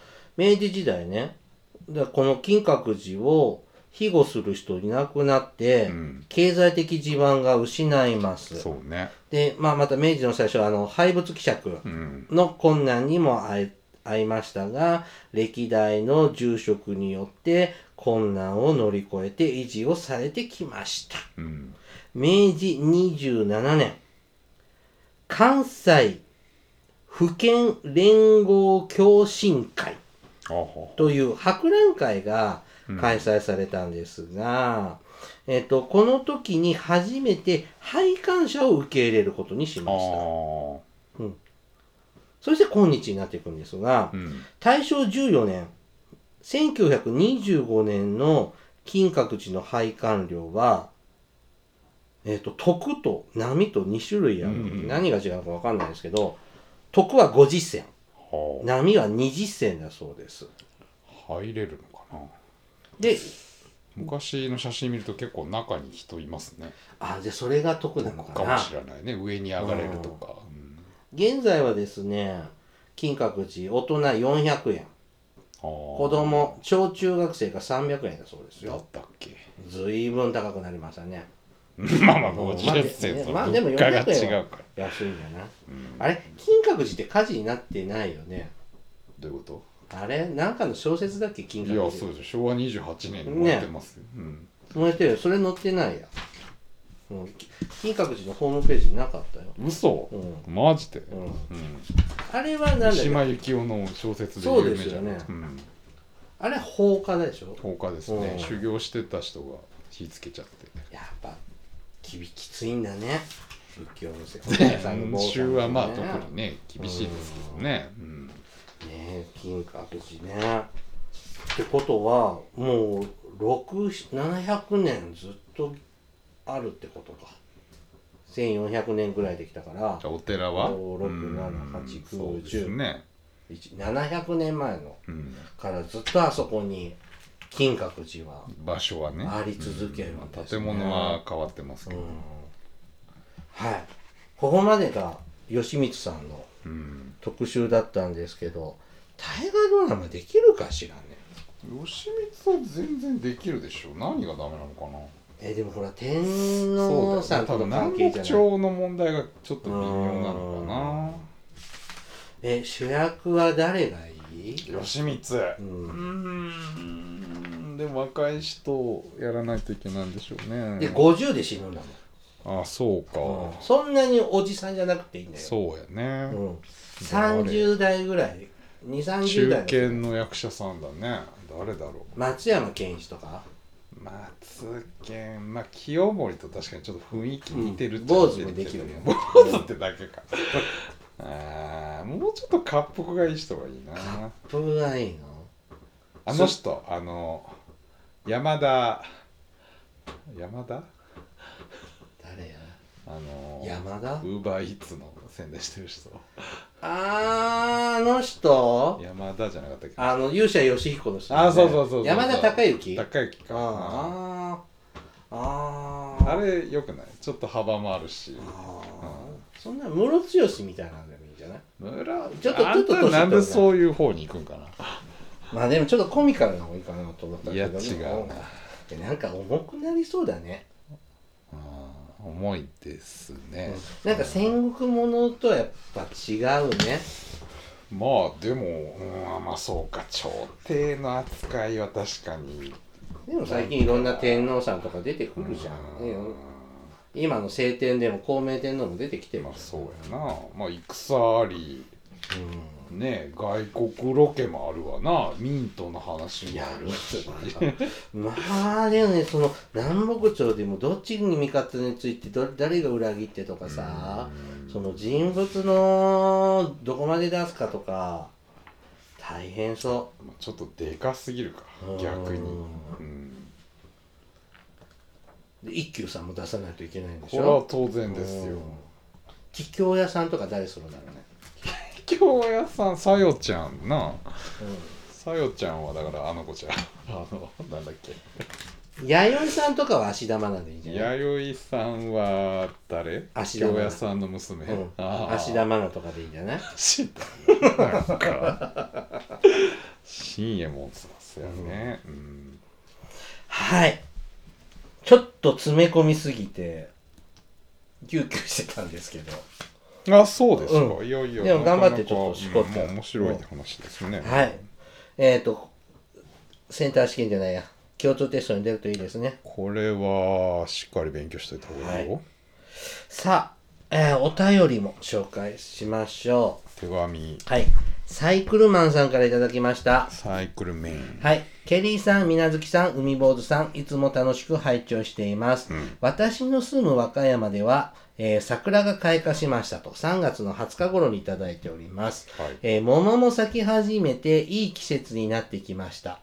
B: という
A: 明治時代ね。だこの金閣寺を庇護する人いなくなって、
B: うん
A: 経済的地盤が失います。
B: そうね
A: で、まあ、また明治の最初は、あの、廃仏希釈
B: うん
A: の困難にも遭い遭いましたが、歴代の住職によって困難を乗り越えて維持をされてきました。
B: うん
A: 明治27年、関西府県連合共進会
B: あほ
A: という博覧会が開催されたんですが、えっと、この時に初めて拝観者を受け入れることにし
B: あ
A: ました。
B: ー
A: そして今日になっていくんですが、
B: うん
A: 大正14年、1925年の金閣寺の配管料は、えっ、と、徳と波と2種類ある。
B: うんうん
A: 何が違うのかわかんないですけど、徳は50銭、
B: は
A: 波は20銭だそうです。
B: あ入れるのかな
A: で、
B: 昔の写真見ると結構中に人いますね
A: あ、で、それが徳なの
B: か
A: か
B: も
A: な。
B: しれないね上に上がれるとかうん
A: 現在はですね、金閣寺、大人400円、
B: あー
A: 子供、小中学生が300円だそうです
B: だっ
A: よ。
B: たっけ
A: ずいぶん高くなりましたね。
B: まあまあ
A: まあ
B: 50銭と
A: まあでも
B: 物価が
A: 400円は
B: 違うから
A: 安いんだな、あれ金閣寺って火事になってないよね
B: どういうこと
A: あれなんかの小説だっけ金
B: いや
A: 閣
B: そ
A: 寺
B: うですよ昭和28年にもやってますよ、うん
A: 燃えてるよそれ載ってないや、うん、金閣寺のホームページになかったよ、
B: 嘘
A: うん
B: マジで、
A: う
B: うん
A: ん、あれはなんだっ
B: 三島
A: け
B: 由紀夫の小説で
A: そう
B: 有
A: で
B: 名
A: す
B: じゃ
A: よ
B: ん
A: ね
B: うん、
A: あれ放火でしょ
B: 放火です
A: う
B: ね、
A: ん
B: 修行してた人が火つけちゃって
A: やっぱきびきついんだね仏教の世界
B: 今週はまあ特にね厳しいですけどね、うん
A: ねえ金閣寺ねってことはもう6700年ずっとあるってことか1400年ぐらいできたから
B: じゃあお寺は
A: 五六七八
B: うん
A: 九
B: そうですね、
A: 一700年前の
B: うん、
A: からずっとあそこに金閣寺は
B: 場所はね
A: あり続けるんですね
B: うん建物は変わってます
A: う
B: け
A: ん
B: ど、
A: はいここまでが吉光さんの
B: うん
A: 特集だったんですけど大河ドラマできるかしらね
B: 吉光さん全然できるでしょ何がダメなのかな
A: えでもほら天
B: そう
A: 皇
B: だ
A: さ
B: よ
A: んとの
B: 多分
A: 関
B: 南
A: 係
B: 北
A: じゃない
B: 朝の問題がちょっと微妙なの
A: え主役は誰がいい
B: かな吉光
A: う
B: うんんでも若い人をやらないといけないんでしょうね
A: で50で死ぬんだ
B: あそうか、
A: もん、うんそんなにおじさんじゃなくていいんだよ
B: そうやね、
A: うん、30代ぐらい2三3 0
B: 中
A: 代
B: 堅
A: の
B: の役者さんだね誰だろ
A: 松山ケンイチとか
B: う松健まあ清盛と確かにちょっと雰囲気似てるっちゃ
A: 坊
B: 似
A: 主
B: て
A: もできる
B: け
A: よ
B: ど
A: ね
B: 坊主ってだけか あーもうちょっと滑覆がいい人がいいな
A: 僕がいいの
B: あの人あの山田山田
A: 誰や
B: あの
A: 山田
B: ウーバーイーツの宣伝してる人
A: あーあの人
B: 山田じゃなかったっけ
A: あの勇者ヨシヒコの人、
B: あそうそうそうそう
A: 山田孝之
B: 高之かあ
A: あーあ
B: ー
A: ー
B: あれよくないちょっと幅もあるし
A: あーそんなムロツヨシみたいなんでもいいんじゃない
B: 村
A: ちょっと
B: あんた
A: ちょっと年取った
B: なんでそういう方に行くんか
A: まあでもちょっとコミカルな方がいいかなと思った
B: な
A: け
B: いや
A: ど
B: 違うな
A: うんなんか重くなりそうだね、
B: あー重いですね
A: なんか戦国ものとはやっぱ違うね
B: まあでもうんまあそうか朝廷の扱いは確かに
A: でも最近いろんな天皇さんとか出てくるじゃん、ね今の晴天でも孔明天皇も出てきて
B: ま
A: ま
B: あ
A: す、
B: そうやなまあ戦あり
A: うん
B: ね外国ロケもあるわなミントの話もあるし
A: まあでもねその南北朝でもどっちに味方についてど誰が裏切ってとかさその人物のどこまで出すかとか大変そ
B: まあちょっとでかすぎるか
A: うん
B: 逆にうん
A: うで一休さんも出さないといけないんで
B: こ
A: し
B: れは
A: ょ
B: 当然ですよ
A: うん桔梗屋さんとか誰するんだろうね、
B: 京屋さんさよちゃんな
A: う
B: さよちゃんはだからあの子ちゃんあのなんだっけ
A: ん、弥生さんとかは芦玉なんでいいんじゃない
B: 弥生さんは誰
A: 芦田
B: 京屋さんの娘、
A: うん
B: ああ
A: 芦田愛菜とかでいいんじゃない
B: 芦田なんか 新右衛門さんっすよね、うん
A: はいちょっと詰め込みすぎてぎゅうぎゅうしてたんですけど
B: あそうですか、
A: うん
B: いやいや
A: でも頑張って
B: なかな
A: ちょ
B: か
A: っと絞って
B: うんまあ面白い話ですね、
A: はいえっ、ー、とセンター試験じゃないや共通テストに出るといいですね
B: これはしっかり勉強していた方がいいよ、
A: はさあ、えーお便りも紹介しましょ
B: 手紙
A: う。はい。サイクルマンさんからいただきました。
B: サイクルメイン
A: はい。ケリーさん、みなずきさん、海坊主さん、いつも楽しく拝聴しています。私の住む和歌山では、えー桜が開花しましたと、3月の20日頃にいただいております。
B: はい
A: えー桃も咲き始めていい季節になってきました。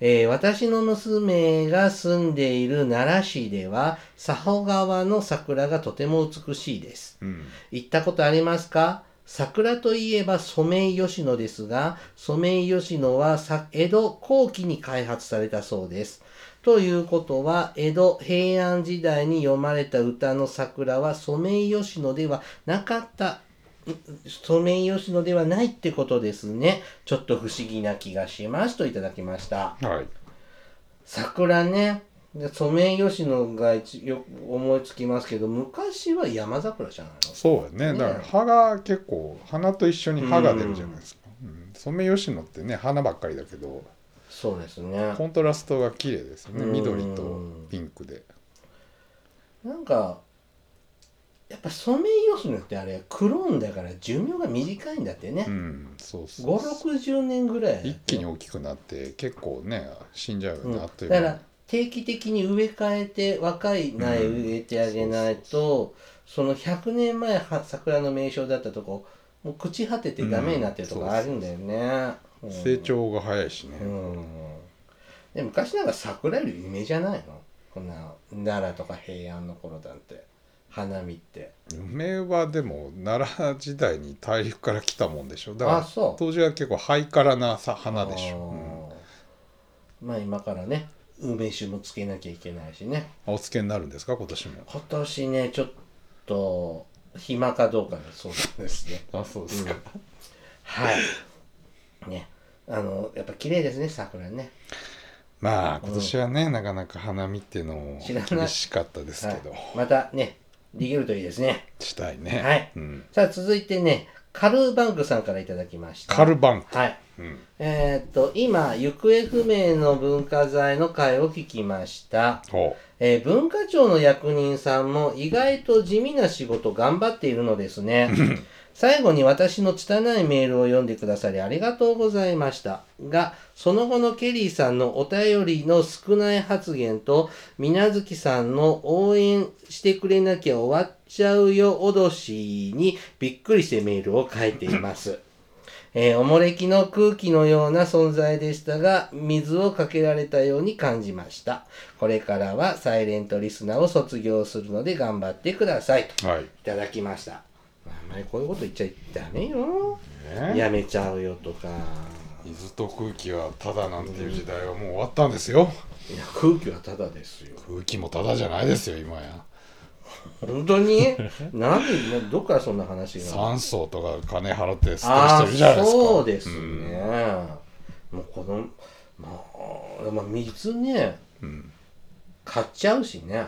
A: えー私の娘が住んでいる奈良市では、佐保川の桜がとても美しいです。
B: うん
A: 行ったことありますか桜といえばソメイヨシノですが、ソメイヨシノはさ江戸後期に開発されたそうです。ということは、江戸平安時代に読まれた歌の桜はソメイヨシノではなかった、んソメイヨシノではないってことですね。ちょっと不思議な気がします。といただきました。
B: はい
A: 桜ね。でソメイヨシノが一よ思いつきますけど、昔は山桜じゃないの
B: そうやねだから葉が結構花と一緒に葉が出るじゃないですか、うんソメイヨシノってね花ばっかりだけど
A: そうですね
B: コントラストが綺麗ですよね
A: うん
B: 緑とピンクで
A: なんかやっぱソメイヨシノってあれクローンだから寿命が短いんだってね
B: う、んそうそうそう
A: 560年ぐらい
B: 一気に大きくなって結構ね死んじゃうよね、あっと
A: う
B: い
A: ん、
B: う間
A: だか
B: に
A: ら定期的に植え替えて若い苗植えてあげないと、その100年前は桜の名所だったとこもう朽ち果ててダメになってるとこあるんだよね、うん
B: 成長が早いしね、
A: うんで昔なんか桜より梅じゃないのこんな奈良とか平安の頃なんて花見って
B: 梅はでも奈良時代に大陸から来たもんでしょだ
A: あ
B: か
A: そ
B: ら
A: う
B: 当時は結構ハイカラなさ花でしょ、
A: あーまあ今からね梅酒もつけなきゃいけないしね
B: うん、お漬けになるんですか今年も
A: 今年ねちょっと暇かどうかの相談です ね
B: あそうです
A: かはいねあのやっぱ綺麗ですね桜ね
B: まあ今年はね、なかなか花見っていうのも
A: 知らない
B: 厳しかったですけど、
A: はい、またねできるといいですね
B: したいね、
A: はい
B: うん、
A: さあ続いてねカルバンクさんからいただきました
B: カルバンク、
A: はい
B: うん、
A: えーっと今行方不明の文化財の会を聞きました
B: ほ
A: えー文化庁の役人さんも意外と地味な仕事頑張っているのですね。最後に私の拙いメールを読んでくださりありがとうございました。が、その後のケリーさんのお便りの少ない発言と、みなずきさんの応援してくれなきゃ終わっちゃうよ脅しにびっくりしてメールを書いています。えーおもれきの空気のような存在でしたが、水をかけられたように感じました。これからはサイレントリスナーを卒業するので頑張ってください。という
B: はい、
A: ただきました。あんまりこういうこと言っちゃダメよ。
B: ね
A: やめちゃうよとか。
B: 伊豆と空気はただなんていう時代はもう終わったんですよ
A: いや、空気はただですよ。
B: 空気もただじゃないですよ今や
A: 本当 になんで、などっからそんな話が。
B: 酸素とか金払って捨
A: あ
B: てる人いるじゃないですか
A: ーそうですね
B: ん。
A: もうこの、まあ、まあ、水ね、
B: うん
A: 買っちゃうしね。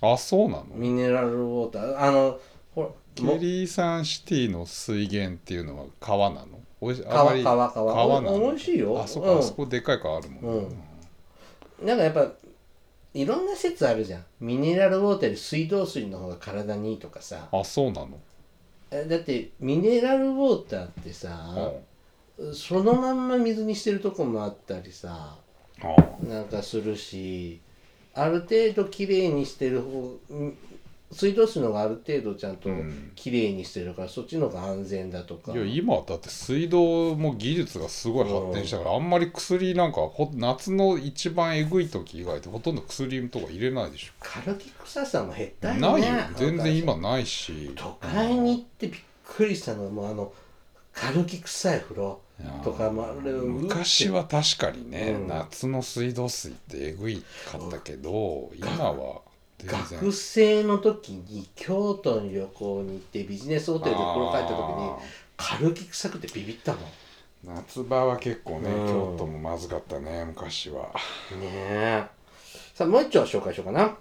B: あそうなの
A: ミネラルウォーター、あの、ほ
B: ケ
A: ら、も
B: リーさんシティの水源っていうのは川なのおいしあま
A: 川、
B: り
A: 川、川。
B: 川な
A: お
B: の
A: 美味しいよ。
B: あそこ、か
A: うん
B: あそこでかい川あるもん、ね
A: なんかやっぱ、いろんな説あるじゃん。ミネラルウォーターより水道水の方が体にいいとかさ。
B: あそうなの、
A: えだって、ミネラルウォーターってさ、
B: うん
A: そのまんま水にしてるとこもあったりさ、
B: あ
A: なんかするし、ある程度きれいにしてる方、ん水道水の方がある程度ちゃんと
B: うん
A: きれいにしてるから、そっちの方が安全だとか。
B: いや今だって水道も技術がすごい発展したからあんまり薬なんかほ夏の一番えぐい時以外ってほとんど薬とか入れないでしょ
A: 軽き臭さも減ったよ
B: な
A: ね
B: いよ全然今ないし
A: 都会に行ってびっくりしたのはもうあの軽き臭い風呂とかもあれう
B: 昔は確かにね、
A: うん
B: 夏の水道水ってえぐいかったけど今は全
A: 学生の時に京都に旅行に行ってビジネスホテルで風呂帰った時に
B: あー
A: 軽き臭くてビビったもんね
B: 夏場は結構ね、
A: うん
B: 京都もまずかったね昔は
A: えさあもう一丁紹介しようかな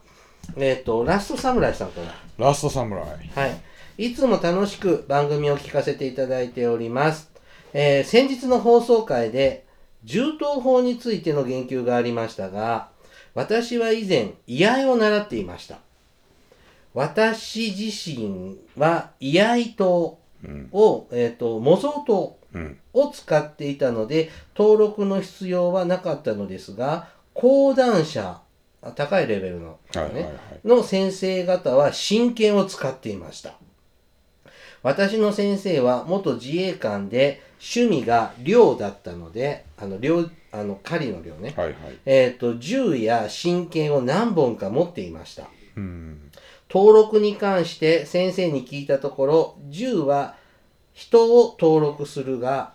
A: えっ、とラストサムライさんから
B: ラストサムライ
A: はい。いつも楽しく番組を聞かせていただいております。えー先日の放送回で、銃刀法についての言及がありましたが、私は以前、居合を習っていました。私自身は、居合刀
B: うん
A: を、えっ、と、模造刀
B: うん
A: を使っていたので、登録の必要はなかったのですが、講談社、あ高いレベルの、
B: はいはいはい、
A: の先生方は真剣を使っていました。私の先生は元自衛官で趣味が猟だったので、あの猟、あの狩りの猟ね。
B: はいはい
A: えっ、と、銃や真剣を何本か持っていました。
B: うん
A: 登録に関して先生に聞いたところ、銃は人を登録するが、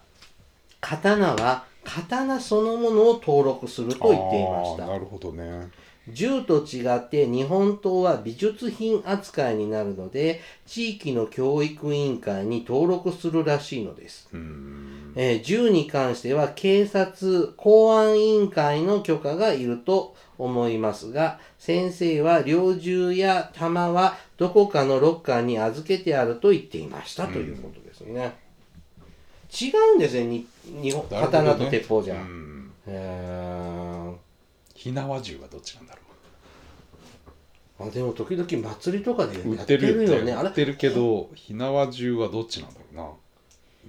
A: 刀は刀そのものを登録すると言っていました
B: あー。なるほどね
A: 銃と違って日本刀は美術品扱いになるので地域の教育委員会に登録するらしいのです、
B: うん
A: えー銃に関しては警察公安委員会の許可がいると思いますが先生は猟銃や弾はどこかのロッカーに預けてあると言っていましたということですね、違うんですねに日本
B: なるほどね
A: 刀と鉄砲じゃん、
B: うん
A: うーん
B: 火縄銃はどっちなんだろ
A: あでも時々祭りとかで
B: う売
A: や
B: っ
A: って
B: て
A: る
B: るよ
A: よ
B: ね
A: ねあ
B: 売っ
A: れ
B: てるけど火縄銃はどっちなんだろうな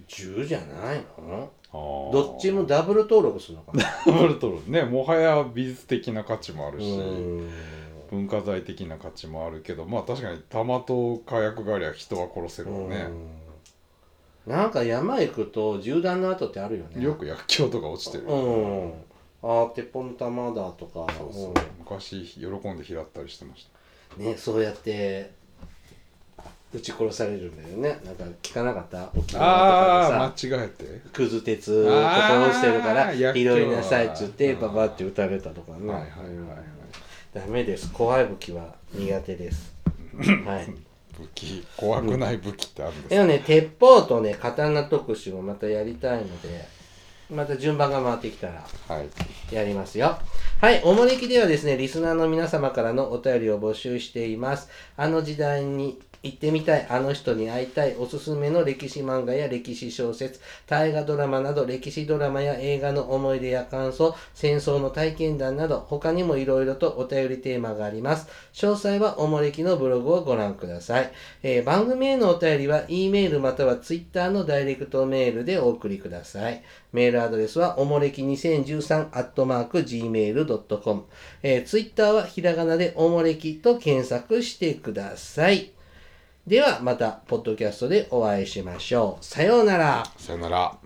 A: 銃じゃないの
B: あー
A: どっちもダブル登録するのかな
B: ダブルトロねもはや美術的な価値もあ
A: う
B: るし、
A: ーん
B: 文化財的な価値もあるけどまあ確かに弾と火薬がありゃ人は殺せるわね、
A: うんなんか山行くと銃弾の跡ってあるよね
B: よく薬莢とか落ちてる、
A: うんああ鉄砲の弾だとか
B: そうそう昔喜んで拾ったりしてました
A: うんねそうやって撃ち殺されるんだよねなんか聞かなかった沖縄とか
B: ああ
A: でさ
B: 間違えて
A: くず鉄を落してるから
B: あー
A: 拾いなさいっつって
B: 薬莢
A: ババって撃たれたとかね、
B: はいはいはいはい
A: ダメです怖い武器は苦手 ですはい
B: 武器怖くない武器ってあるんです
A: で
B: か、
A: もね鉄砲とね刀特集をまたやりたいのでまた順番が回ってきたら
B: はい
A: やりますよ。はい。おもれきではですね、リスナーの皆様からのお便りを募集しています。あの時代に行ってみたい、あの人に会いたい、おすすめの歴史漫画や歴史小説、大河ドラマなど、歴史ドラマや映画の思い出や感想、戦争の体験談など、他にもいろいろとお便りテーマがあります。詳細はおもれきのブログをご覧ください。えー番組へのお便りは、E メールまたは Twitter のダイレクトメールでお送りください。メールアドレスは、おもれき2013アットマーク gmail.com。えー、Twitter はひらがなでおもれきと検索してください。では、また、ポッドキャストでお会いしましょう。さようなら。
B: さよなら